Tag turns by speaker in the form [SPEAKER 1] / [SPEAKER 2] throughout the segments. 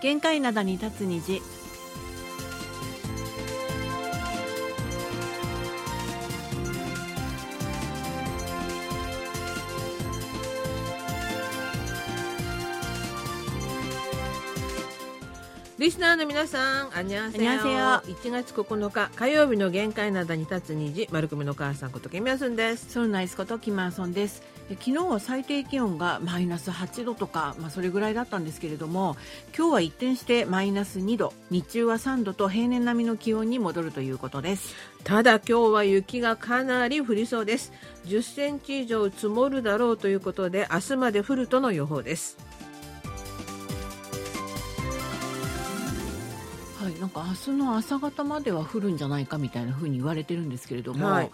[SPEAKER 1] 限界灘に立つ虹
[SPEAKER 2] リスナーの皆さん、あにゃんせよ。
[SPEAKER 1] 안녕하세
[SPEAKER 2] 1月9日火曜日の限界灘に立つ虹、丸組の母さんことけみやすんです。
[SPEAKER 1] ソルナイスことキマーソンですえ昨日は最低気温がマイナス8度とか、まあ、それぐらいだったんですけれども今日は一転してマイナス2度日中は3度と平年並みの気温に戻るということです
[SPEAKER 2] ただ今日は雪がかなり降りそうです。10センチ以上積もるだろうということで、明日まで降るとの予報です。
[SPEAKER 1] はい、なんか明日の朝方までは降るんじゃないかみたいな風に言われてるんですけれども、
[SPEAKER 2] はい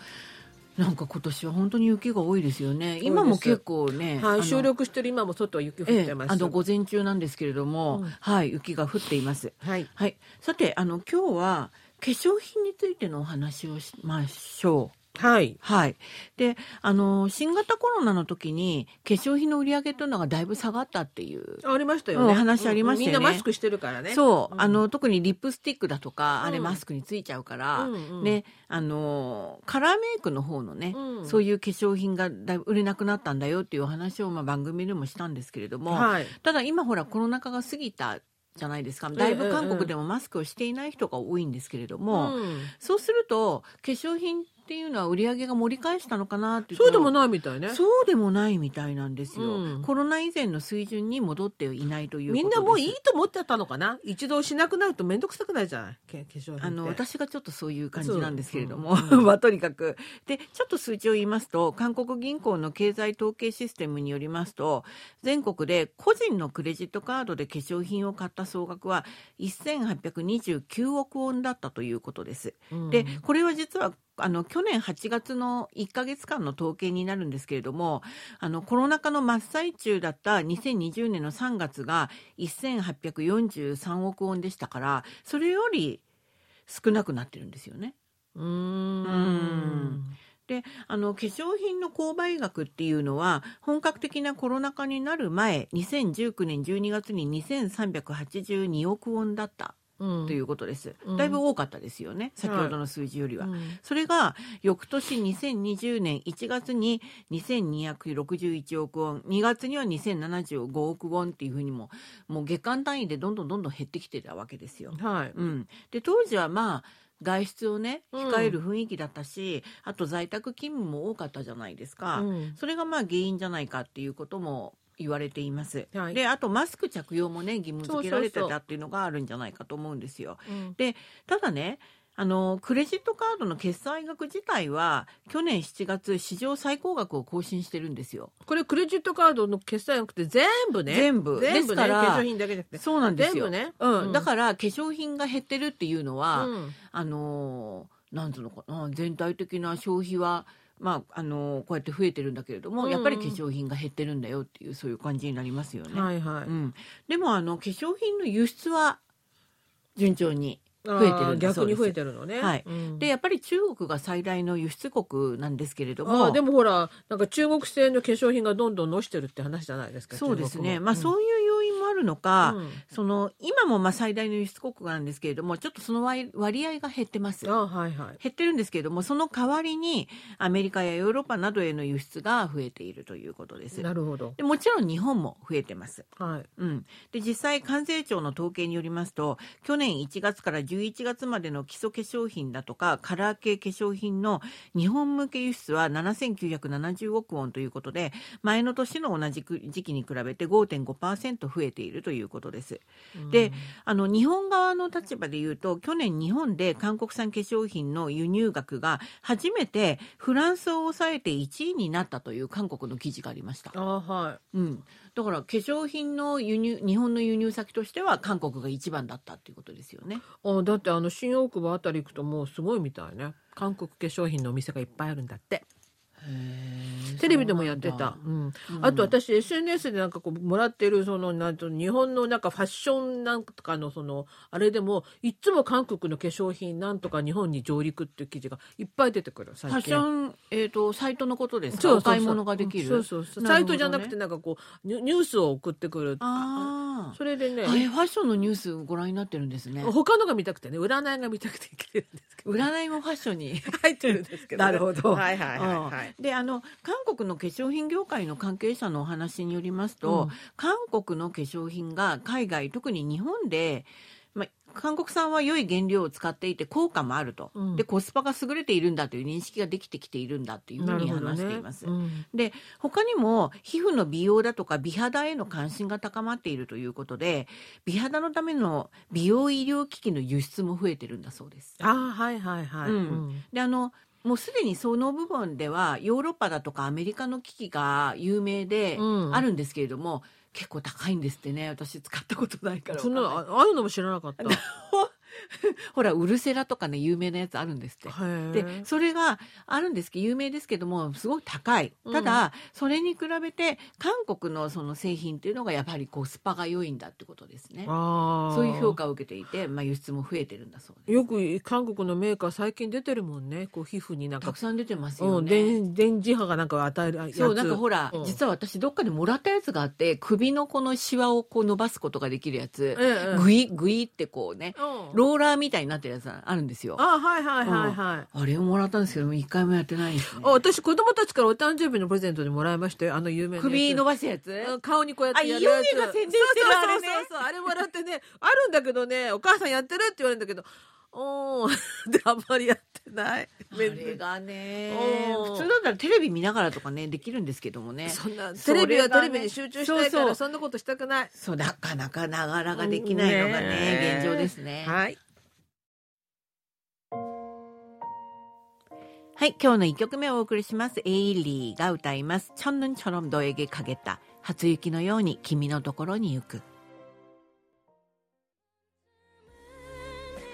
[SPEAKER 1] なんか今年は本当に雪が多いですよね。
[SPEAKER 2] です
[SPEAKER 1] 今も結構ね、あ
[SPEAKER 2] はい、
[SPEAKER 1] の
[SPEAKER 2] 収録してる今も外は雪降っ
[SPEAKER 1] ええ
[SPEAKER 2] てます。
[SPEAKER 1] あの午前中なんですけれども、
[SPEAKER 2] うん
[SPEAKER 1] はい、雪が降っています。
[SPEAKER 2] はい。
[SPEAKER 1] はい、さて、あの今日は化粧品についてのお話をしましょう。
[SPEAKER 2] はい。
[SPEAKER 1] はい。で、あの、新型コロナの時に化粧品の売り上げというのがだいぶ下がったっていう
[SPEAKER 2] ありましたよね。
[SPEAKER 1] うん話ありましたよね
[SPEAKER 2] うんみんなマスクしてるからね。
[SPEAKER 1] そう、
[SPEAKER 2] うん
[SPEAKER 1] あの特にリップスティックだとか、
[SPEAKER 2] うん
[SPEAKER 1] あれマスクについちゃうから、
[SPEAKER 2] うんうん
[SPEAKER 1] ねあのカラーメイクの方のね、
[SPEAKER 2] うん
[SPEAKER 1] そういう化粧品がだいぶ売れなくなったんだよっていうお話をまあ番組でもしたんですけれども、
[SPEAKER 2] はい。
[SPEAKER 1] ただ今ほらコロナ禍が過ぎたじゃないですかだいぶ韓国でもマスクをしていない人が多いんですけれども、
[SPEAKER 2] うん
[SPEAKER 1] そうすると化粧品っていうのは売り上げが盛り返したのかなっていうと
[SPEAKER 2] そうでもないみたいね。
[SPEAKER 1] そうでもないみたいなんですよ、
[SPEAKER 2] うん
[SPEAKER 1] コロナ以前の水準に戻っていないということ
[SPEAKER 2] み
[SPEAKER 1] です
[SPEAKER 2] んなもういいと思ってたのかな一度しなくなると面倒くさくなるじゃないけ化粧品って
[SPEAKER 1] あの私がちょっとそういう感じなんですけれども、
[SPEAKER 2] そううん
[SPEAKER 1] まあ、とにかくでちょっと数値を言いますと韓国銀行の経済統計システムによりますと全国で個人のクレジットカードで化粧品を買った総額は1829億ウォンだったということです。
[SPEAKER 2] うん
[SPEAKER 1] でこれは実はあの去年8月の1か月間の統計になるんですけれどもあのコロナ禍の真っ最中だった2020年の3月が1843億ウォンでしたからそれより少なくなってるんですよね。
[SPEAKER 2] うーん
[SPEAKER 1] うんであの化粧品の購買額っていうのは本格的なコロナ禍になる前2019年12月に2382億ウォンだった
[SPEAKER 2] うん
[SPEAKER 1] ということです、
[SPEAKER 2] うん
[SPEAKER 1] だいぶ多かったですよね先ほどの数字よりは。それが翌年2020年1月に2261億ウォン2月には2075億ウォンっていうふうにももう月間単位でどんどんどんどん減ってきてたわけですよ。
[SPEAKER 2] はい
[SPEAKER 1] うん、で当時はまあ外出をね
[SPEAKER 2] うん
[SPEAKER 1] 控える雰囲気だったし、あと在宅勤務も多かったじゃないですか、
[SPEAKER 2] うん
[SPEAKER 1] それがまあ原因じゃないかっていうことも言われています。
[SPEAKER 2] はい
[SPEAKER 1] であとマスク着用もね義務付けられて
[SPEAKER 2] そうそうそ
[SPEAKER 1] た
[SPEAKER 2] う
[SPEAKER 1] っていうのがあるんじゃないかと思うんですよ。
[SPEAKER 2] うん
[SPEAKER 1] ただねあのクレジットカードの決済額自体は去年7月史上最高額を更新してるんですよ。
[SPEAKER 2] これクレジットカードの決済なくて全部ね
[SPEAKER 1] 全部
[SPEAKER 2] 全部ね
[SPEAKER 1] ですから
[SPEAKER 2] 化粧品だけじゃなくて
[SPEAKER 1] そうなんです
[SPEAKER 2] 全
[SPEAKER 1] よ。
[SPEAKER 2] 部ね
[SPEAKER 1] うんだ
[SPEAKER 2] ら
[SPEAKER 1] から化粧品が減ってるっていうのは、
[SPEAKER 2] うん
[SPEAKER 1] あのーなんつうのかな全体的な消費は、まああのーこうやって増えてるんだけれども、
[SPEAKER 2] うんうん
[SPEAKER 1] やっぱり化粧品が減ってるんだよっていうそういう感じになりますよね。、
[SPEAKER 2] はいはいう
[SPEAKER 1] ん、でもあの化粧品の輸出は順調に
[SPEAKER 2] あー
[SPEAKER 1] 増えてるんだそ
[SPEAKER 2] 逆
[SPEAKER 1] うで
[SPEAKER 2] に
[SPEAKER 1] す
[SPEAKER 2] 増えてるのね
[SPEAKER 1] はい
[SPEAKER 2] うん
[SPEAKER 1] でやっぱり中国が最大の輸出国なんですけれど
[SPEAKER 2] あ
[SPEAKER 1] も
[SPEAKER 2] ーでもほらなんか中国製の化粧品がどんどんのしてるって話じゃないですか
[SPEAKER 1] そうですね、
[SPEAKER 2] 中国も
[SPEAKER 1] まあ、そういう要因もあるのか、
[SPEAKER 2] うん
[SPEAKER 1] その今もまあ最大の輸出国なんですけれどもちょっとその割割合が減ってます。
[SPEAKER 2] あーはいはい
[SPEAKER 1] 減ってるんですけれどもその代わりにアメリカやヨーロッパなどへの輸出が増えているということです。
[SPEAKER 2] なるほど
[SPEAKER 1] でもちろん日本も増えてます。
[SPEAKER 2] はい
[SPEAKER 1] うん、で実際、関税庁の統計によりますと去年1月から11月までの基礎化粧品だとかカラー系化粧品の日本向け輸出は7970億ウォンということで前の年の同じく時期に比べて5.5%増えているということです。であの日本側の立場で言うと去年日本で韓国産化粧品の輸入額が初めてフランスを抑えて1位になったという韓国の記事がありました。
[SPEAKER 2] あーはい
[SPEAKER 1] うん、だから化粧品の輸入日本の輸入先としては韓国が一番だったっていうことですよね。
[SPEAKER 2] あだってあの新大久保あたり行くともうすごいみたいね韓国化粧品のお店がいっぱいあるんだってテレビでもやってた。
[SPEAKER 1] うん
[SPEAKER 2] あと私 SNS でなんかこうもらってるそのなんと日本のなんかファッションなんとかのそのあれでもいっつも韓国の化粧品なんとか日本に上陸っていう記事がいっぱい出てくる
[SPEAKER 1] フ
[SPEAKER 2] 最
[SPEAKER 1] ァッシ
[SPEAKER 2] 近。
[SPEAKER 1] ョン、えっ、と、サイトのことですか
[SPEAKER 2] そうそうそう
[SPEAKER 1] お買い物ができる。
[SPEAKER 2] そうそうそう
[SPEAKER 1] な
[SPEAKER 2] サ
[SPEAKER 1] る
[SPEAKER 2] イ
[SPEAKER 1] ほど
[SPEAKER 2] ト
[SPEAKER 1] ね
[SPEAKER 2] じゃなくてなんかこうニュニュースを送ってくる
[SPEAKER 1] あ
[SPEAKER 2] それで
[SPEAKER 1] あ。
[SPEAKER 2] ね
[SPEAKER 1] あれ、ファッションのニュースご覧になってるんですね。
[SPEAKER 2] 他のが見たくてね占いが見たくて来てるんですけど
[SPEAKER 1] 占いもファッションに。
[SPEAKER 2] 入ってるんですけどね、
[SPEAKER 1] なるほど
[SPEAKER 2] はいはいはいはい
[SPEAKER 1] であの韓国の化粧品業界の関係者のお話によりますと、
[SPEAKER 2] うん
[SPEAKER 1] 韓国の化粧品が海外特に日本で、まあ、韓国産は良い原料を使っていて効果もあると、
[SPEAKER 2] うん
[SPEAKER 1] でコスパが優れているんだという認識ができてきているんだというふうに話しています。
[SPEAKER 2] なるほどねうん
[SPEAKER 1] で他にも皮膚の美容だとか美肌への関心が高まっているということで美肌のための美容医療機器の輸出も増えてるんだそうです。
[SPEAKER 2] あーはいはいはい、
[SPEAKER 1] うんであのもうすでにその部分ではヨーロッパだとかアメリカの機器が有名で
[SPEAKER 2] うん
[SPEAKER 1] あるんですけれども、結構高いんですってね私使ったことないからわか
[SPEAKER 2] そ
[SPEAKER 1] ん
[SPEAKER 2] ん
[SPEAKER 1] ない
[SPEAKER 2] なああるのも知らなかった。
[SPEAKER 1] ほらウルセラとかね有名なやつあるんですって。
[SPEAKER 2] へ
[SPEAKER 1] で
[SPEAKER 2] え
[SPEAKER 1] それがあるんですけど有名ですけどもすごい高いただ、それに比べて韓国のその製品っていうのがやはりコスパが良いんだってことですね
[SPEAKER 2] あー
[SPEAKER 1] そういう評価を受けていて、まあ、輸出も増えてるんだそうです
[SPEAKER 2] よく韓国のメーカー最近出てるもんねこう皮膚になん
[SPEAKER 1] た
[SPEAKER 2] か
[SPEAKER 1] くさん出てます
[SPEAKER 2] う
[SPEAKER 1] よ
[SPEAKER 2] ん、
[SPEAKER 1] ね、
[SPEAKER 2] 電電磁波がなんか与えるやつ
[SPEAKER 1] そうなんかほら、
[SPEAKER 2] うん
[SPEAKER 1] 実は私どっかでもらったやつがあって首のこのシワをこう伸ばすことができるやつ、
[SPEAKER 2] ええええ
[SPEAKER 1] グイグイってこうね
[SPEAKER 2] うん
[SPEAKER 1] ローラーみたいになってるやつがあるんですよあ
[SPEAKER 2] あはいはいはいはい、
[SPEAKER 1] れをもらったんですけども一回もやってないんです、ね
[SPEAKER 2] あ、私子供たちからお誕生日のプレゼントでもらいましたよあの有名なやつ
[SPEAKER 1] 首伸ばすやつ
[SPEAKER 2] うん顔にこうやってやる
[SPEAKER 1] あ
[SPEAKER 2] やつ
[SPEAKER 1] イオンが宣伝してる
[SPEAKER 2] そうそう
[SPEAKER 1] あれね
[SPEAKER 2] そうそうあれもらってねあるんだけどねお母さんやってるって言われるんだけどおー であんまりやってない
[SPEAKER 1] あれがね
[SPEAKER 2] うん
[SPEAKER 1] 普通だったらテレビ見ながらとかねできるんですけどもね
[SPEAKER 2] そんな
[SPEAKER 1] そ
[SPEAKER 2] テ
[SPEAKER 1] れが
[SPEAKER 2] レ
[SPEAKER 1] ね
[SPEAKER 2] ビはテレビに集中したいから
[SPEAKER 1] そうそう
[SPEAKER 2] そんなことしたくない
[SPEAKER 1] そうなかなかながらができないのがね
[SPEAKER 2] ね
[SPEAKER 1] 現状ですねはい、
[SPEAKER 2] はい
[SPEAKER 1] 今日の一曲目をお送りしますエイリーが歌います「チョンヌンチョロムドエゲかげた初雪のように君のところに行く」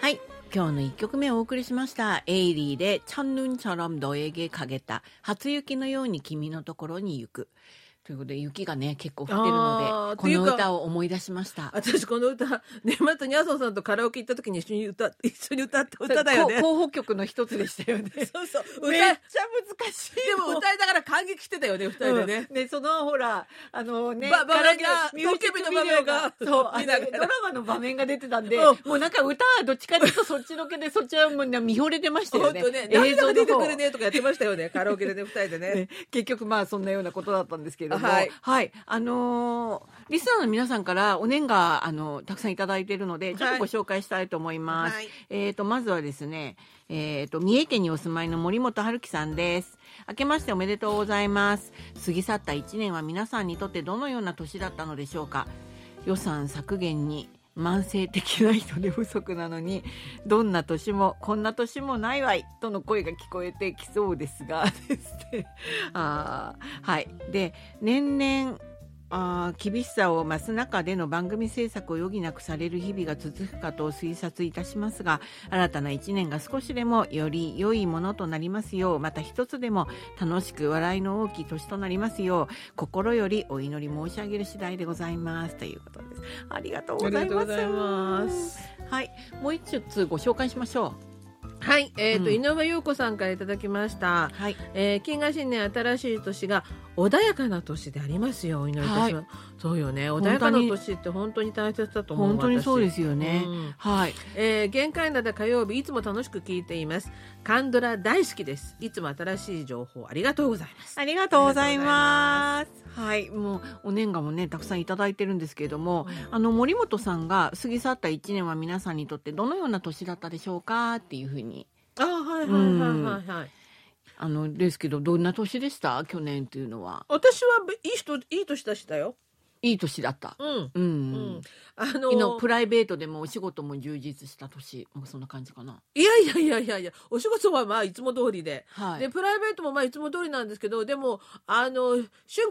[SPEAKER 1] はい今日の一曲目をお送りしましたエイリーで「チョンヌンチョロムドエゲかげた初雪のように君のところに行く」ということで雪がね結構降ってるの
[SPEAKER 2] あ
[SPEAKER 1] で
[SPEAKER 2] ー
[SPEAKER 1] こと
[SPEAKER 2] いう
[SPEAKER 1] の
[SPEAKER 2] か
[SPEAKER 1] 歌を思い出しました
[SPEAKER 2] 私この歌年末に麻生さんとカラオケ行った時に一緒に歌一緒に歌った歌だよね
[SPEAKER 1] こう候補曲の一つでしたよね
[SPEAKER 2] そうそう歌
[SPEAKER 1] めっちゃ
[SPEAKER 2] で
[SPEAKER 1] 難しい
[SPEAKER 2] も歌いながら感激してたよね二人でね、
[SPEAKER 1] うんそのほらあのね
[SPEAKER 2] ばば
[SPEAKER 1] カラオケのミュージ
[SPEAKER 2] 東
[SPEAKER 1] ッ
[SPEAKER 2] 京
[SPEAKER 1] クビ
[SPEAKER 2] 日
[SPEAKER 1] デ
[SPEAKER 2] の
[SPEAKER 1] オ
[SPEAKER 2] 場面が
[SPEAKER 1] そうあれ
[SPEAKER 2] 見ながら
[SPEAKER 1] ドラマの場面が出てたんで、
[SPEAKER 2] うん
[SPEAKER 1] もうなんか歌はどっちかというとそっちのけでそっちはもうね見惚れてましたよ
[SPEAKER 2] 本
[SPEAKER 1] ね
[SPEAKER 2] 当ね
[SPEAKER 1] 映
[SPEAKER 2] 涙
[SPEAKER 1] 像
[SPEAKER 2] が
[SPEAKER 1] の
[SPEAKER 2] 出て
[SPEAKER 1] 方
[SPEAKER 2] くるねとかやってましたよねカラオケでね二人で ね
[SPEAKER 1] ね結局まあそんなようなことだったんですけれども、は
[SPEAKER 2] はいい、
[SPEAKER 1] あのーリスナーの皆さんからお念があのたくさんいただいているので、ちょっとご紹介したいと思います。
[SPEAKER 2] はい
[SPEAKER 1] えっ、とまずはですね、えっ、と三重県にお住まいの森本春樹さんです。明けましておめでとうございます。過ぎ去った一年は皆さんにとってどのような年だったのでしょうか。予算削減に慢性的な人手不足なのにどんな年もこんな年もないわいとの声が聞こえてきそうですがですねあーはいで年々あー厳しさを増す中での番組制作を余儀なくされる日々が続くかと推察いたしますが新たな一年が少しでもより良いものとなりますようまた一つでも楽しく笑いの大きい年となりますよう心よりお祈り申し上げる次第でございますということですありがとうございます
[SPEAKER 2] ありがとうございます
[SPEAKER 1] はいもう一つご紹介しましょ
[SPEAKER 2] はい、えっ、と、
[SPEAKER 1] うん
[SPEAKER 2] 井上陽子さんからいただきました
[SPEAKER 1] う。はい
[SPEAKER 2] えー、金河新年新しい年が穏やかな年でありますよ。お祈りいたします。そうよね。穏やかな年って本当に大切だと思う。
[SPEAKER 1] 本当にそうですすよね、はい
[SPEAKER 2] えー、限界灘火曜日いつも楽しく聞いています。カンドラ大好きです。いつも新しい情報ありがとうございます。
[SPEAKER 1] ありがとうございます。はい、もうお年賀もねたくさんいただいてるんですけれども、あの森本さんが過ぎ去った一年は皆さんにとってどのような年だったでしょうかっていうふうに
[SPEAKER 2] あー、はいはいはいはいはい。
[SPEAKER 1] あのですけどどんな年でした去年っていうのは
[SPEAKER 2] 私はいい人、いい年でしたよ。
[SPEAKER 1] いい年だった。
[SPEAKER 2] うん。
[SPEAKER 1] うん、
[SPEAKER 2] うん。あの
[SPEAKER 1] 昨日プライベートでもお仕事も充実した年もうそんな感じかな。
[SPEAKER 2] いやいやいやいやいや、お仕事はまあいつも通りで。
[SPEAKER 1] はい。
[SPEAKER 2] でプライベートもまあいつも通りなんですけどでもあの春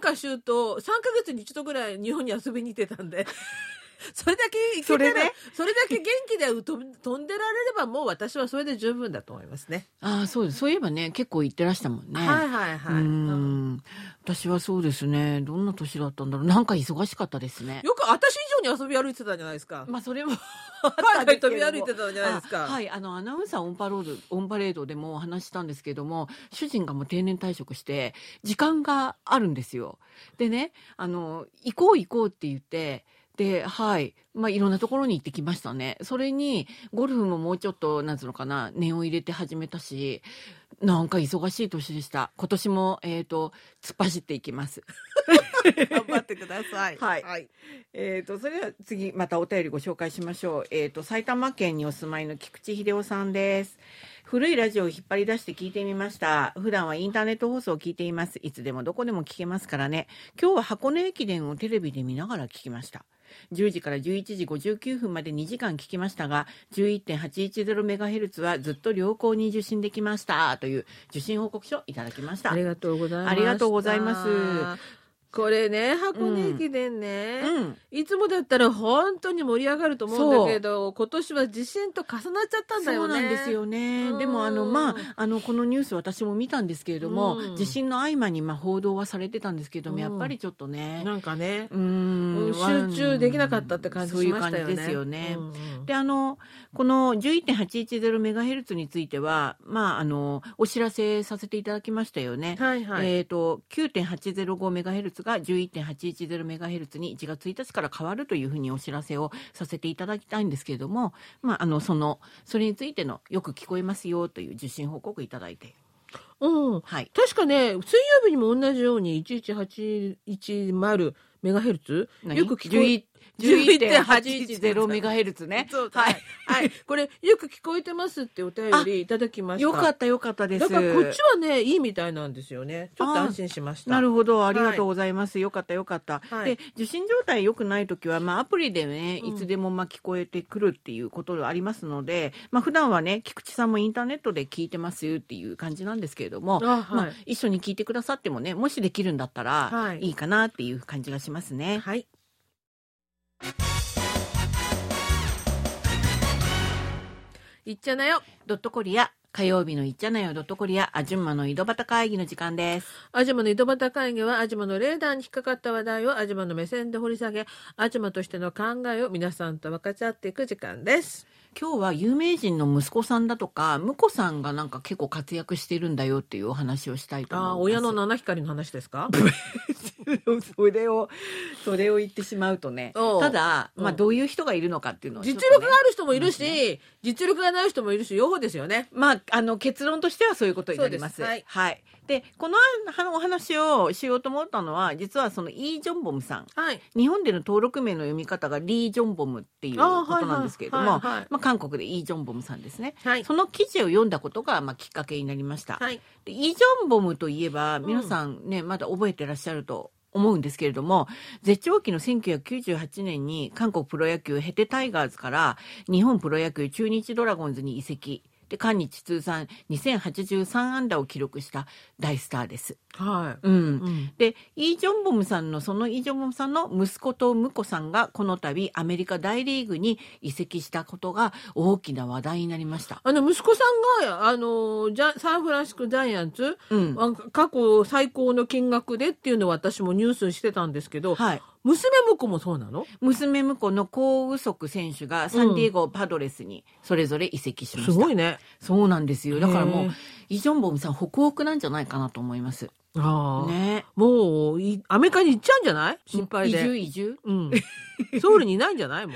[SPEAKER 2] 夏秋冬3か月に一度ぐらい日本に遊びに行ってたんで それだけ生き
[SPEAKER 1] そ
[SPEAKER 2] て
[SPEAKER 1] れ
[SPEAKER 2] れ
[SPEAKER 1] で
[SPEAKER 2] それだけ元気でと飛んでられればもう私はそれで十分だと思いますね。
[SPEAKER 1] ああそうですそういえばね結構行ってらしたもんね。
[SPEAKER 2] はいはいは
[SPEAKER 1] う
[SPEAKER 2] い。
[SPEAKER 1] ん私はそうですねどんな年だったんだろうなんか忙しかったですね。
[SPEAKER 2] よく私以上に遊び歩いてたじゃないですか。
[SPEAKER 1] まあそれも
[SPEAKER 2] 海外飛び歩いてたじゃないですか。
[SPEAKER 1] あはいあのアナウンサーオンパロードオンパレードでもお話ししたんですけども主人がもう定年退職して時間があるんですよでねあの行こう行こうって言ってではいまあいろんなところに行ってきましたねそれにゴルフももうちょっとなんつうのかな念を入れて始めたしなんか忙しい年でした今年もえっ、と突っ走っていきます
[SPEAKER 2] 頑張ってください。
[SPEAKER 1] はい
[SPEAKER 2] はい。
[SPEAKER 1] えー、とそれでは次またお便りご紹介しましょう、えー、と埼玉県にお住まいの菊池秀夫さんです古いラジオを引っ張り出して聞いてみました普段はインターネット放送を聞いていますいつでもどこでも聞けますからね今日は箱根駅伝をテレビで見ながら聞きました10時から11時59分まで2時間聞きましたが 11.810MHz はずっと良好に受信できましたという受信報告書いただきました
[SPEAKER 2] ありがとうございます。
[SPEAKER 1] ありがとうございます。
[SPEAKER 2] これね、箱根駅伝ね。
[SPEAKER 1] うん
[SPEAKER 2] いつもだったら本当に盛り上がると思うんだけど、今年は地震と重なっちゃったんだよね。
[SPEAKER 1] そうなんですよね。
[SPEAKER 2] うん
[SPEAKER 1] でもあのまああのこのニュース私も見たんですけれども、
[SPEAKER 2] うん
[SPEAKER 1] 地震の合間にまあ報道はされてたんですけども、
[SPEAKER 2] うん
[SPEAKER 1] やっぱりちょっとね、
[SPEAKER 2] なんかね、
[SPEAKER 1] うーん
[SPEAKER 2] 集中できなかったって感じしましたよ
[SPEAKER 1] そうい
[SPEAKER 2] ね。
[SPEAKER 1] う感じですよね。
[SPEAKER 2] うんうん
[SPEAKER 1] であのこの 11.810MHz については、まあ、あのお知らせさせていただきましたよね。
[SPEAKER 2] はいはい。
[SPEAKER 1] えー、と 9.805MHz が 11.810MHz に1月1日から変わるというふうにお知らせをさせていただきたいんですけれども、まあ、あのそのそれについてのよく聞こえますよという受信報告いただいて、
[SPEAKER 2] うん。
[SPEAKER 1] はい、
[SPEAKER 2] 確かね、水曜日にも同じように11810メガヘルツよく聞こえヘル
[SPEAKER 1] 11.810MHz ね。
[SPEAKER 2] そう
[SPEAKER 1] は
[SPEAKER 2] はいい、はい、 これよく聞こえてますってお便りいただきました。
[SPEAKER 1] よか
[SPEAKER 2] っ
[SPEAKER 1] ったよかったです。
[SPEAKER 2] だからこっちはねいいみたいなんですよね。ちょっと安心しました。
[SPEAKER 1] なる
[SPEAKER 2] ほ
[SPEAKER 1] ほど、ありがとうございます。よかった、よかった。
[SPEAKER 2] はい
[SPEAKER 1] で、受信状態良くないときは、まあ、アプリでね、
[SPEAKER 2] うん
[SPEAKER 1] いつでも、まあ、聞こえてくるっていうことがありますので、まあ、普段はね、菊池さんもインターネットで聞いてますよっていう感じなんですけれども、
[SPEAKER 2] あはい
[SPEAKER 1] まあ、一緒に聞いてくださってもね、もしできるんだった
[SPEAKER 2] は
[SPEAKER 1] ら、
[SPEAKER 2] い
[SPEAKER 1] いいかなっていう感じがしますね。
[SPEAKER 2] はい。言っちゃなよ。
[SPEAKER 1] ドットコリア、火曜日のいっちゃなよドットコリア、あじゅんまの井戸端会議の時間です。
[SPEAKER 2] アジマの井戸端会議はアジマのレーダーに引っかかった話題をアジマの目線で掘り下げアジマとしての考えを皆さんと分かち合っていく時間です。
[SPEAKER 1] 今日は有名人の息子さんだとか、婿さんがなんか結構活躍してるんだよっていうお話をしたいと思います。
[SPEAKER 2] あー親の七光の話で すか
[SPEAKER 1] それをそれを言ってしまうとね
[SPEAKER 2] おう
[SPEAKER 1] ただ、まあ、
[SPEAKER 2] うん
[SPEAKER 1] どういう人がいるのかっていうのは、
[SPEAKER 2] 実力がある人もいるし、実力がない人もいるし両方ですよね。
[SPEAKER 1] まあ、あの結論としてはそういうことになります。
[SPEAKER 2] そうですはい
[SPEAKER 1] でこのあのお話をしようと思ったのは実はそのイ・ジョンボムさん
[SPEAKER 2] はい。
[SPEAKER 1] 日本での登録名の読み方がリー・ジョンボムっていう
[SPEAKER 2] あー
[SPEAKER 1] ことなんですけれども、
[SPEAKER 2] はいはいはいはい
[SPEAKER 1] まあ、韓国でイ・ジョンボムさんですね、
[SPEAKER 2] はい
[SPEAKER 1] その記事を読んだことが、まあ、きっかけになりました、
[SPEAKER 2] はい。
[SPEAKER 1] でイ・ジョンボムといえば皆さんね、まだ覚えてらっしゃると思うんですけれども絶頂期の1998年に韓国プロ野球ヘテタイガーズから日本プロ野球中日ドラゴンズに移籍で韓日通算2083安打を記録した大スターです。
[SPEAKER 2] は
[SPEAKER 1] うん
[SPEAKER 2] い。うん。
[SPEAKER 1] でイ・ジョンボムさんのそのイ・ジョンボムさんの息子と婿さんがこの度アメリカ大リーグに移籍したことが大きな話題になりました。
[SPEAKER 2] あの息子さんがあのジャサンフランシスコジャイアンツ、
[SPEAKER 1] うん
[SPEAKER 2] あ過去最高の金額でっていうのを私もニュースしてたんですけど、
[SPEAKER 1] はい
[SPEAKER 2] 娘婿もそうなの
[SPEAKER 1] 娘婿のコウ・ウソク選手がサンディエゴ・パドレスにそれぞれ移籍しまし
[SPEAKER 2] す
[SPEAKER 1] た、
[SPEAKER 2] ごいね。
[SPEAKER 1] そうなんですよだからも
[SPEAKER 2] へ
[SPEAKER 1] う
[SPEAKER 2] ー
[SPEAKER 1] イ・ジョンボムさん北欧なんじゃないかなと思います
[SPEAKER 2] ああ、
[SPEAKER 1] ね
[SPEAKER 2] もういアメリカに行っちゃうんじゃない心配
[SPEAKER 1] 移住
[SPEAKER 2] で。
[SPEAKER 1] 移住、
[SPEAKER 2] うん、 ソウルにいないんじゃないも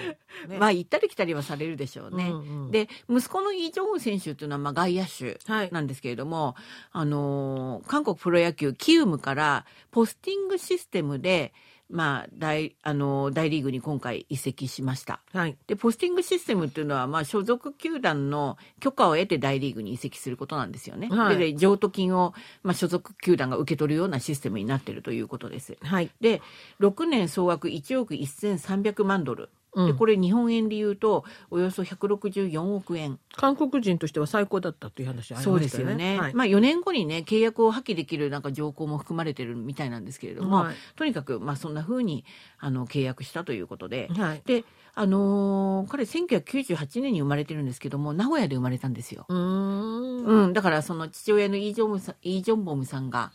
[SPEAKER 2] う、ね
[SPEAKER 1] まあ行ったり来たりはされるでしょうね、
[SPEAKER 2] うんうん
[SPEAKER 1] で息子のイ・ジョンホン選手というのはまあ外野手
[SPEAKER 2] はい
[SPEAKER 1] なんですけれども、あのー韓国プロ野球キウムからポスティングシステムで、まあ大あのー大リーグに今回移籍しました
[SPEAKER 2] はい。
[SPEAKER 1] でポスティングシステムっていうのは、まあ、所属球団の許可を得て大リーグに移籍することなんですよね。
[SPEAKER 2] はい
[SPEAKER 1] でで譲渡金を、まあ、所属球団が受け取るようなシステムになっているということです。
[SPEAKER 2] はい。
[SPEAKER 1] で6年総額1億1300万ドル、
[SPEAKER 2] うん
[SPEAKER 1] でこれ日本円で言うとおよそ164億円
[SPEAKER 2] 韓国人としては最高だったという話ありましたよね。はい
[SPEAKER 1] まあ、4年後にね契約を破棄できるなんか条項も含まれてるみたいなんですけれども、
[SPEAKER 2] はい
[SPEAKER 1] とにかくまあそんな風にあの契約したということで、
[SPEAKER 2] はい
[SPEAKER 1] であのー彼1998年に生まれてるんですけども名古屋で生まれたんですよ。
[SPEAKER 2] うーん
[SPEAKER 1] うん、だからその父親のイ・ジョンボムさんイ・ジョンボムさんが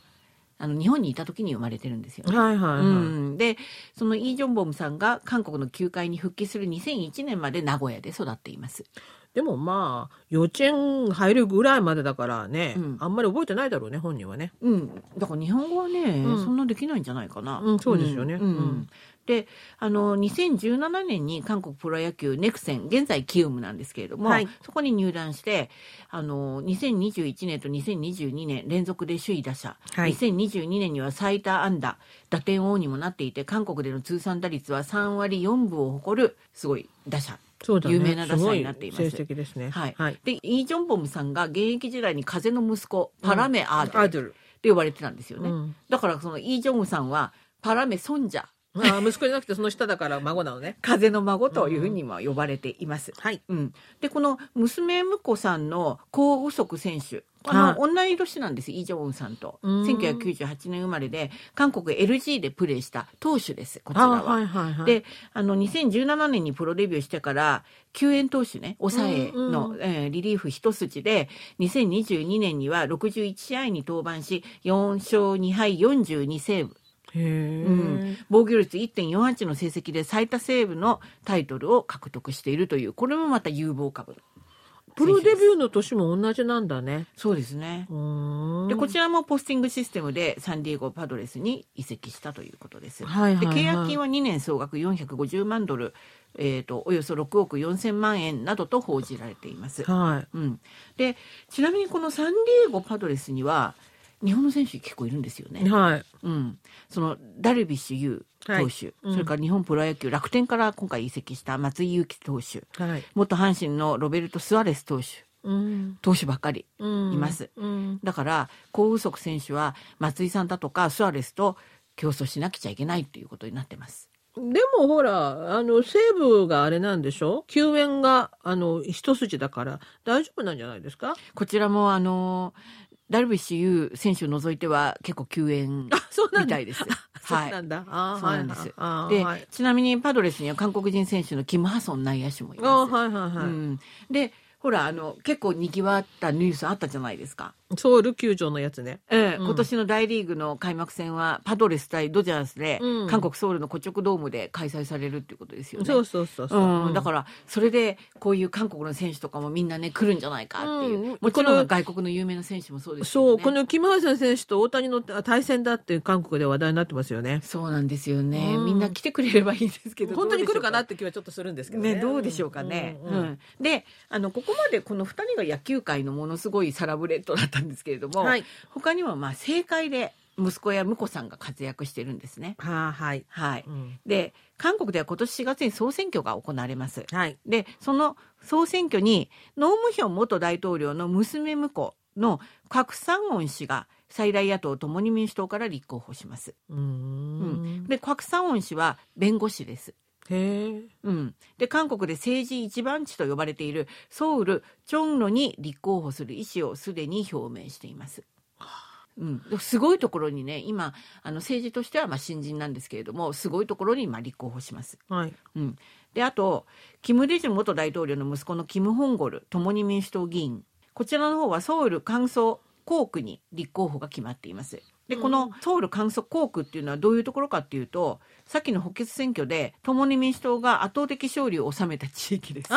[SPEAKER 1] あの日本にいた時に生まれてるんですよね。
[SPEAKER 2] はいはいはい。
[SPEAKER 1] うん、でそのイ・ジョンボムさんが韓国の球界に復帰する2001年まで名古屋で育っています。
[SPEAKER 2] でもまあ幼稚園入るぐらいまでだからね、
[SPEAKER 1] うん
[SPEAKER 2] あんまり覚えてないだろうね本人はね。
[SPEAKER 1] うん、だから日本語はね、
[SPEAKER 2] うん
[SPEAKER 1] そんなできないんじゃないかな。
[SPEAKER 2] うんそうですよね
[SPEAKER 1] うんうん
[SPEAKER 2] うん
[SPEAKER 1] であの2017年に韓国プロ野球ネクセン現在キウムなんですけれども、
[SPEAKER 2] はい
[SPEAKER 1] そこに入団してあの2021年と2022年連続で首位打者、
[SPEAKER 2] はい
[SPEAKER 1] 2022年には最多安打打点王にもなっていて韓国での通算打率は3割4分を誇るすごい打者
[SPEAKER 2] そうだね。
[SPEAKER 1] 有名な打者になっています
[SPEAKER 2] ご成績ですね。
[SPEAKER 1] はい
[SPEAKER 2] はい。
[SPEAKER 1] でイ・ジョンボムさんが現役時代に風の息子パラメ・アーデ
[SPEAKER 2] ア
[SPEAKER 1] ルっ
[SPEAKER 2] ドル。
[SPEAKER 1] て呼ばれてたんですよね、
[SPEAKER 2] うん
[SPEAKER 1] だからそのイ・ジョンウさんはパラメ・ソンジャ
[SPEAKER 2] あー息子じゃなくてその下だから孫なのね。
[SPEAKER 1] 風の孫というふうにも呼ばれています。
[SPEAKER 2] はい。
[SPEAKER 1] うん、でこの娘婿さんのコウ・ウソク選手あの、同い年なんですイ・ジョンウンさんと
[SPEAKER 2] うん
[SPEAKER 1] 1998年生まれで韓国 LG でプレーした投手ですこちら
[SPEAKER 2] あ
[SPEAKER 1] は。
[SPEAKER 2] ーはいはいはい。
[SPEAKER 1] であの2017年にプロデビューしてから救援投手ね抑えの、
[SPEAKER 2] うんう
[SPEAKER 1] えーリリーフ一筋で2022年には61試合に登板し4勝2敗42セーブ
[SPEAKER 2] へえ、
[SPEAKER 1] うん防御率1.48の成績で最多セーブのタイトルを獲得しているというこれもまた有望株
[SPEAKER 2] プロデビ
[SPEAKER 1] ュー
[SPEAKER 2] ューの年も同じなんだね。
[SPEAKER 1] そうですね
[SPEAKER 2] うーん
[SPEAKER 1] でこちらもポスティングシステムでサンディエゴパドレスに移籍したということです、
[SPEAKER 2] はいはいはい
[SPEAKER 1] で契約金は2年総額450万ドル、えー、とおよそ6億4000万円などと報じられています、
[SPEAKER 2] はい。
[SPEAKER 1] うん、でちなみにこのサンディエゴパドレスには日本の選手結構いるんですよね、
[SPEAKER 2] はい。
[SPEAKER 1] うん、そのダルビッシュ有投手、
[SPEAKER 2] はいうん
[SPEAKER 1] それから日本プロ野球楽天から今回移籍した松井裕樹投手
[SPEAKER 2] はい。
[SPEAKER 1] 元阪神のロベルト・スアレス投手
[SPEAKER 2] うん。
[SPEAKER 1] 投手ばっかり
[SPEAKER 2] うん
[SPEAKER 1] います。
[SPEAKER 2] うん。
[SPEAKER 1] だからコウ・ウソク選手は松井さんだとかスアレスと競争しなくちゃいけないっていうことになってます。
[SPEAKER 2] でもほら、あの、西武があれなんでしょ救援が、あの、一筋だから、大丈夫なんじゃないですか
[SPEAKER 1] こちらもあのダルビッシュ有選手を除いては結構救援
[SPEAKER 2] あ、そうなん
[SPEAKER 1] み
[SPEAKER 2] だ。
[SPEAKER 1] たいです。
[SPEAKER 2] は
[SPEAKER 1] はい。
[SPEAKER 2] 。そうないんだ。あー
[SPEAKER 1] そうなんです
[SPEAKER 2] はいは
[SPEAKER 1] で、
[SPEAKER 2] いあーはい
[SPEAKER 1] ちなみにパドレスには韓国人選手のキム・ハソン内野手もい
[SPEAKER 2] あ
[SPEAKER 1] ます
[SPEAKER 2] ー、。はいはいはい。
[SPEAKER 1] うん、でほらあの結構にぎわったニュースあったじゃないですか、
[SPEAKER 2] ソウル球場のやつね。
[SPEAKER 1] ええ
[SPEAKER 2] うん
[SPEAKER 1] 今年の大リーグの開幕戦はパドレス対ドジャースで、
[SPEAKER 2] うん
[SPEAKER 1] 韓国ソウルのコチョクドームで開催されるっていうことですよね。
[SPEAKER 2] そうそうそうそう。、
[SPEAKER 1] うんだかららそれでこういう韓国の選手とかもみんなね来るんじゃないかっていう、
[SPEAKER 2] うん
[SPEAKER 1] もち
[SPEAKER 2] こ
[SPEAKER 1] ろ
[SPEAKER 2] の
[SPEAKER 1] ん外国の有名な選手もそうです
[SPEAKER 2] そ
[SPEAKER 1] よ
[SPEAKER 2] う、
[SPEAKER 1] ね
[SPEAKER 2] このキム・ハセン選手と大谷の対戦だって韓国で話題になってますよね。
[SPEAKER 1] そうなんですよね、
[SPEAKER 2] うん
[SPEAKER 1] みんな来てくれればいいですけど
[SPEAKER 2] 本当に来るかな
[SPEAKER 1] っ
[SPEAKER 2] って気はちょっとするんですけどね。
[SPEAKER 1] ね、どうでしょうかね。
[SPEAKER 2] うんうん
[SPEAKER 1] うんであのここまでこの2人が野球界のものすごいサラブレッドだったんですけれども、
[SPEAKER 2] はい。
[SPEAKER 1] 他にもまあ政界で息子や婿さんが活躍してるんですね。
[SPEAKER 2] はあ、はい。
[SPEAKER 1] はい、
[SPEAKER 2] うん
[SPEAKER 1] で韓国では今年4月に総選挙が行われます。
[SPEAKER 2] はい。
[SPEAKER 1] でその総選挙にノームヒョン元大統領の娘婿のクサンウォン氏が最大野党共に民主党から立候補します。
[SPEAKER 2] うーん。
[SPEAKER 1] でクサンウォン氏は弁護士です。
[SPEAKER 2] へえ。
[SPEAKER 1] うん、で韓国で政治一番地と呼ばれているソウルチョンロに立候補する意思をすでに表明しています。うん、でもすごいところにね今あの政治としてはまあ新人なんですけれどもすごいところにまあ立候補します。
[SPEAKER 2] はい。
[SPEAKER 1] うん、であとキム・デジュン元大統領の息子のキム・ホンゴル共に民主党議員こちらの方はソウル関総校区に立候補が決まっています。でこのソウル関総校区っていうのはどういうところかっていうとさっきの補欠選挙で共に民主党が圧倒的勝利を収めた地域です。
[SPEAKER 2] あ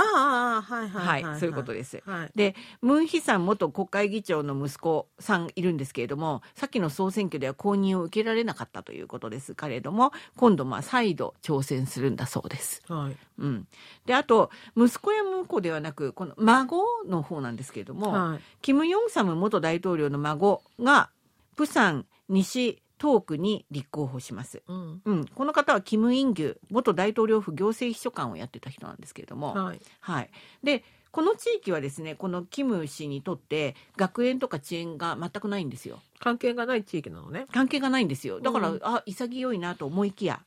[SPEAKER 2] あ、はい
[SPEAKER 1] は
[SPEAKER 2] はいい。
[SPEAKER 1] そういうことです。
[SPEAKER 2] はい。
[SPEAKER 1] でムン・ヒさん元国会議長の息子さんいるんですけれどもさっきの総選挙では公認を受けられなかったということですけれども今度まあ再度挑戦するんだそうです。
[SPEAKER 2] はい。
[SPEAKER 1] うん、であと息子や婿ではなくこの孫の方なんですけれども、
[SPEAKER 2] はい。
[SPEAKER 1] キム・ヨンサム元大統領の孫がプサン西東区に立候補します。
[SPEAKER 2] うん。
[SPEAKER 1] うん、この方はキム・インギュ元大統領府行政秘書官をやってた人なんですけれども、
[SPEAKER 2] はい。
[SPEAKER 1] はい、でこの地域はですねこのキム氏にとって学園とか遅延が全くないんですよ
[SPEAKER 2] 関係がない地域なのね。
[SPEAKER 1] 関係がないんですよだから、
[SPEAKER 2] うん
[SPEAKER 1] あ潔いなと思いきや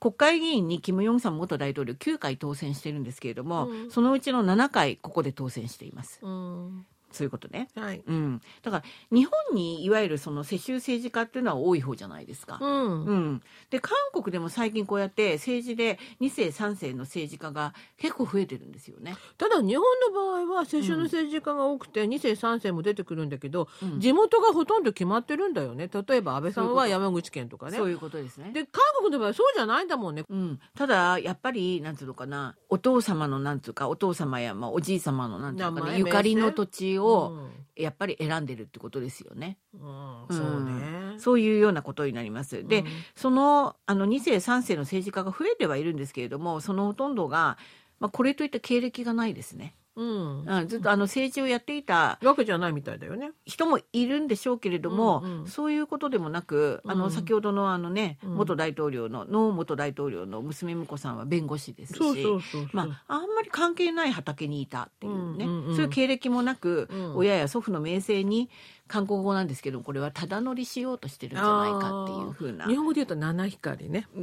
[SPEAKER 1] 国会議員にキム・ヨンサン元大統領9回当選してるんですけれども、
[SPEAKER 2] うん
[SPEAKER 1] そのうちの7回ここで当選しています
[SPEAKER 2] うん
[SPEAKER 1] そういうことね
[SPEAKER 2] はい。
[SPEAKER 1] うん、だから日本にいわゆるその世襲政治家っていうのは多い方じゃないですか
[SPEAKER 2] う。ん
[SPEAKER 1] う。ん、で韓国でも最近こうやって政治で2世3世の政治家が結構増えてるんですよね。
[SPEAKER 2] ただ日本の場合は世襲の政治家が多くて2世3世も出てくるんだけど、
[SPEAKER 1] うん
[SPEAKER 2] 地元がほとんど決まってるんだよね例えば安倍さんは山口県とかね
[SPEAKER 1] そういうことですね。
[SPEAKER 2] で韓国の場合はそうじゃないんだもんね
[SPEAKER 1] うん、ただやっぱりなんつうのかなお父様のなんつうかお父様や、まあ、おじい様のなんつうのか
[SPEAKER 2] 名
[SPEAKER 1] な
[SPEAKER 2] 前
[SPEAKER 1] ゆかりの土地を
[SPEAKER 2] うん
[SPEAKER 1] やっぱり選んでるってことですよね。
[SPEAKER 2] うん
[SPEAKER 1] うん
[SPEAKER 2] そうね。
[SPEAKER 1] そういうようなことになります。で、
[SPEAKER 2] うん
[SPEAKER 1] そのあの2世3世の政治家が増えてはいるんですけれどもそのほとんどが、まあ、これといった経歴がないですね、
[SPEAKER 2] うん
[SPEAKER 1] うん、ずっとあの政治をやっていた
[SPEAKER 2] わけじゃないみたいだよね。
[SPEAKER 1] 人もいるんでしょうけれども、
[SPEAKER 2] うんうん
[SPEAKER 1] そういうことでもなくあ
[SPEAKER 2] う
[SPEAKER 1] の
[SPEAKER 2] ん
[SPEAKER 1] 先ほどのあの、ね
[SPEAKER 2] うん
[SPEAKER 1] 元大統領のノー元大統領の娘婿さんは弁護士ですし。
[SPEAKER 2] そうそうそうそう。
[SPEAKER 1] まあ、あんまり関係ない畑にいたっていうね、
[SPEAKER 2] うんうんうん
[SPEAKER 1] そういう経歴もなく、
[SPEAKER 2] うん
[SPEAKER 1] 親や祖父の名声に韓国語なんですけどこれはただ乗りしようとしてるんじゃないかっていうふうな
[SPEAKER 2] 日本語で言うと七光ね。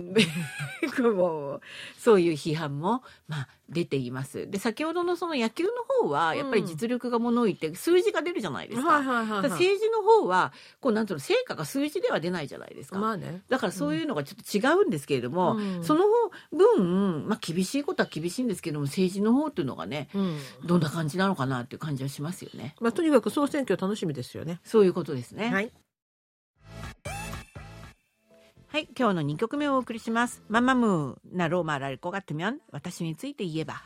[SPEAKER 1] もうそういう批判も、まあ、出ています。で先ほどのその野球の方はやっぱり実力が物を言って数字が出るじゃないですか。
[SPEAKER 2] はい
[SPEAKER 1] ただ政治の方はこうなんていうの成果が数字では出ないじゃないですか。
[SPEAKER 2] まあね。
[SPEAKER 1] だからそういうのがちょっと違うんですけれども、
[SPEAKER 2] うん
[SPEAKER 1] その分、まあ、厳しいことは厳しいんですけども政治の方っていうのがね
[SPEAKER 2] うん。
[SPEAKER 1] どんな感じなのかなっていう感じはしますよね。
[SPEAKER 2] まあとにかく総選挙楽しみですよね。
[SPEAKER 1] そういうことですね。
[SPEAKER 2] はい。
[SPEAKER 1] はい、今日の2曲目をお送りします。ママムーなローマラルコがてみょん、私について言えば。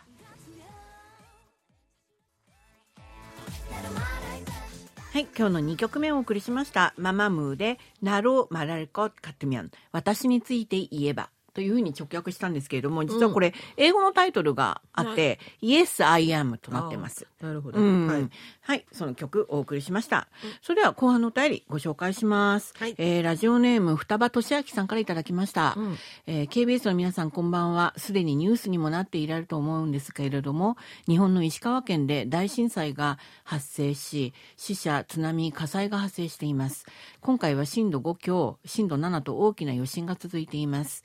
[SPEAKER 1] はい、今日の2曲目をお送りしました。ママムーで、なろうまらルコがてみょん、私について言えば。というふうに直訳したんですけれども、実はこれ、英語のタイトルがあって、Yes, I am となってます。
[SPEAKER 2] なるほど。
[SPEAKER 1] うん、は
[SPEAKER 2] はいい。、
[SPEAKER 1] その曲お送りしました。それでは後半のお便りご紹介します。
[SPEAKER 2] はい
[SPEAKER 1] えーラジオネーム双葉俊明さんからいただきました。
[SPEAKER 2] うん
[SPEAKER 1] えー KBS の皆さんこんばんは。すでにニュースにもなっていられると思うんですけれども、日本の石川県で大震災が発生し、死者、津波、火災が発生しています。今回は震度5強、震度7と大きな余震が続いています。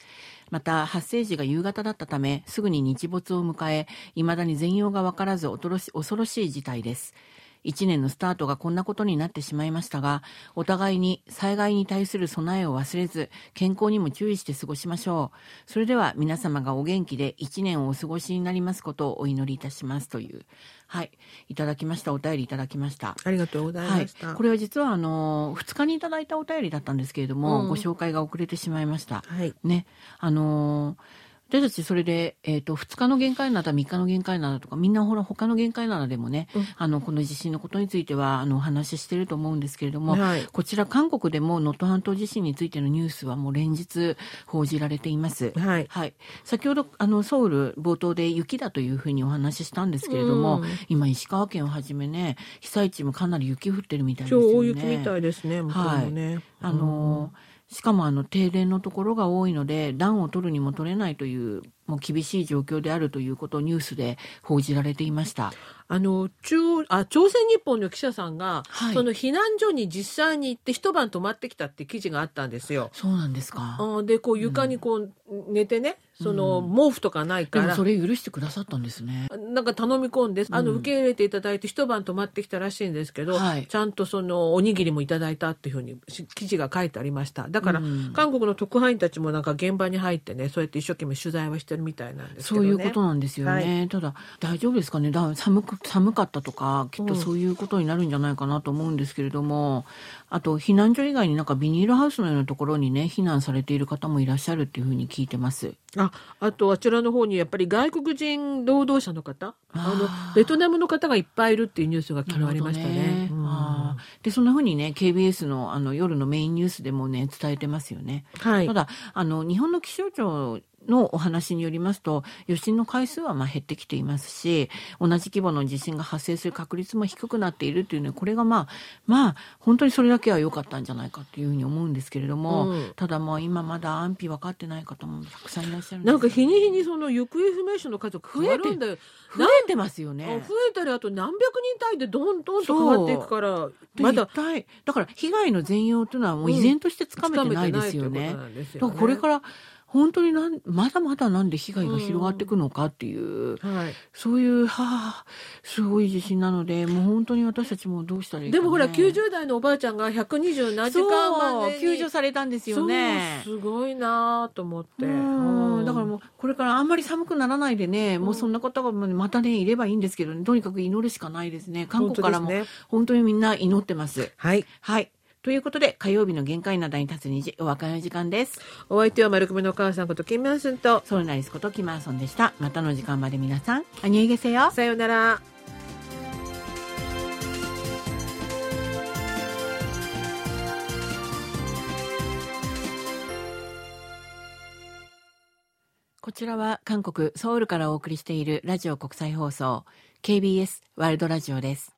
[SPEAKER 1] また発生時が夕方だったためすぐに日没を迎え未だに全容が分からず恐ろし恐ろしい事態です一年のスタートがこんなことになってしまいましたがお互いに災害に対する備えを忘れず健康にも注意して過ごしましょうそれでは皆様がお元気で一年をお過ごしになりますことをお祈りいたしますというはいいただきましたお便りいただきました
[SPEAKER 2] ありがとうございまし
[SPEAKER 1] は
[SPEAKER 2] た。
[SPEAKER 1] い、これは実はあの2日にいただいたお便りだったんですけれども、
[SPEAKER 2] うん
[SPEAKER 1] ご紹介が遅れてしまいました、
[SPEAKER 2] はい。
[SPEAKER 1] ね、あのー私たちそれで、えー、と2日の限界なだ3日の限界なだとかみんなほら他の限界なだでもね、
[SPEAKER 2] うん
[SPEAKER 1] あのこの地震のことについてはあのお話ししてると思うんですけれども、
[SPEAKER 2] はい。
[SPEAKER 1] こちら韓国でも能登半島地震についてのニュースはもう連日報じられています。
[SPEAKER 2] はい。
[SPEAKER 1] はい、先ほどあのソウル冒頭で雪だというふうにお話ししたんですけれども、
[SPEAKER 2] うん
[SPEAKER 1] 今石川県をはじめね被災地もかなり雪降ってるみたいです
[SPEAKER 2] 超
[SPEAKER 1] よね。
[SPEAKER 2] 大雪みたいですね。向こうもね。
[SPEAKER 1] あのしかもあの停電のところが多いので暖を取るにも取れないというもう厳しい状況であるということをニュースで報じられていました。
[SPEAKER 2] あの中央あ朝鮮日報の記者さんが、
[SPEAKER 1] はい
[SPEAKER 2] その避難所に実際に行って一晩泊まってきたって記事があったんですよ。
[SPEAKER 1] そうなんですか。
[SPEAKER 2] あでこう床にこう寝てね、その毛布とかない
[SPEAKER 1] で
[SPEAKER 2] か
[SPEAKER 1] も
[SPEAKER 2] ら
[SPEAKER 1] そ。れ許してくださったんですね。
[SPEAKER 2] なんか頼み込んで、あの、受け入れていただいて一晩泊まってきたらしいんですけど、
[SPEAKER 1] はい
[SPEAKER 2] ちゃんとその、おにぎりもいただいたっていうふうにし記事が書いてありました。だから、
[SPEAKER 1] うん
[SPEAKER 2] 韓国の特派員たちもなんか現場に入ってね、そうやって一生懸命取材はしてるみたいなんですけ
[SPEAKER 1] そ
[SPEAKER 2] ど
[SPEAKER 1] う
[SPEAKER 2] ね。
[SPEAKER 1] いうことなんですよね。
[SPEAKER 2] は
[SPEAKER 1] ただ大丈夫ですかね。だ寒く寒かったとかきっと
[SPEAKER 2] うん
[SPEAKER 1] そういうことになるんじゃないかなと思うんですけれども、あと避難所以外になんかビニールハウスのようなところにね避難されている方もいらっしゃるっていうふうに聞いてます。
[SPEAKER 2] ああとあちらの方にやっぱり外国人労働者の方
[SPEAKER 1] あ
[SPEAKER 2] あ
[SPEAKER 1] ー
[SPEAKER 2] のベトナムの方がいっぱいいるっていうニュースが昨日ありました
[SPEAKER 1] なるほど
[SPEAKER 2] ね。うん
[SPEAKER 1] あ
[SPEAKER 2] は
[SPEAKER 1] ーでそんなふうにね KBS のあの夜のメインニュースでもね伝えてますよね。
[SPEAKER 2] い
[SPEAKER 1] ただあの日本の気象庁のお話によりますと余震の回数はまあ減ってきていますし同じ規模の地震が発生する確率も低くなっているというのでこれがまあまあ本当にそれだけは良かったんじゃないかというふうに思うんですけれども、
[SPEAKER 2] うん
[SPEAKER 1] ただもう今まだ安否分かってない方もたくさんいらっしゃる
[SPEAKER 2] なんか
[SPEAKER 1] ですよ
[SPEAKER 2] 日
[SPEAKER 1] ね
[SPEAKER 2] に日にその行方不明者の数が変わるんだよ。
[SPEAKER 1] 増えてますよね
[SPEAKER 2] あ。増えたりあと何百人単位でどんどんと変わっていくからま
[SPEAKER 1] ま
[SPEAKER 2] だ
[SPEAKER 1] だだから被害の全容というのはもう依然としてつかめてないですよね。だからこれからら本当になんまだまだなんで被害が広がっていくのかっていう、
[SPEAKER 2] はい、
[SPEAKER 1] そういうはあすごい地震なのでもう本当に私たちもどうしたらいいか、
[SPEAKER 2] で
[SPEAKER 1] ね、
[SPEAKER 2] もほら90代のおばあちゃんが120何時間ま
[SPEAKER 1] そう
[SPEAKER 2] でに
[SPEAKER 1] 救助されたんですよね。
[SPEAKER 2] そうすごいなと思って
[SPEAKER 1] うんだから
[SPEAKER 2] う
[SPEAKER 1] もうこれからあんまり寒くならないでね、もうそんな方がまたねいればいいんですけどねとにかく祈るしかないですね韓国からも
[SPEAKER 2] 本当ですね
[SPEAKER 1] 本当にみんな祈ってます。
[SPEAKER 2] はい
[SPEAKER 1] はいということで火曜日の限界灘に立つ虹お別れの時間です。
[SPEAKER 2] お相手は丸組のお母さんこと金明ンと
[SPEAKER 1] ソルナリスことキマーソンでした。またの時間まで皆さん、アニエゲセよ。
[SPEAKER 2] さようなら
[SPEAKER 1] こちらは韓国ソウルからお送りしているラジオ国際放送 KBS ワールドラジオです。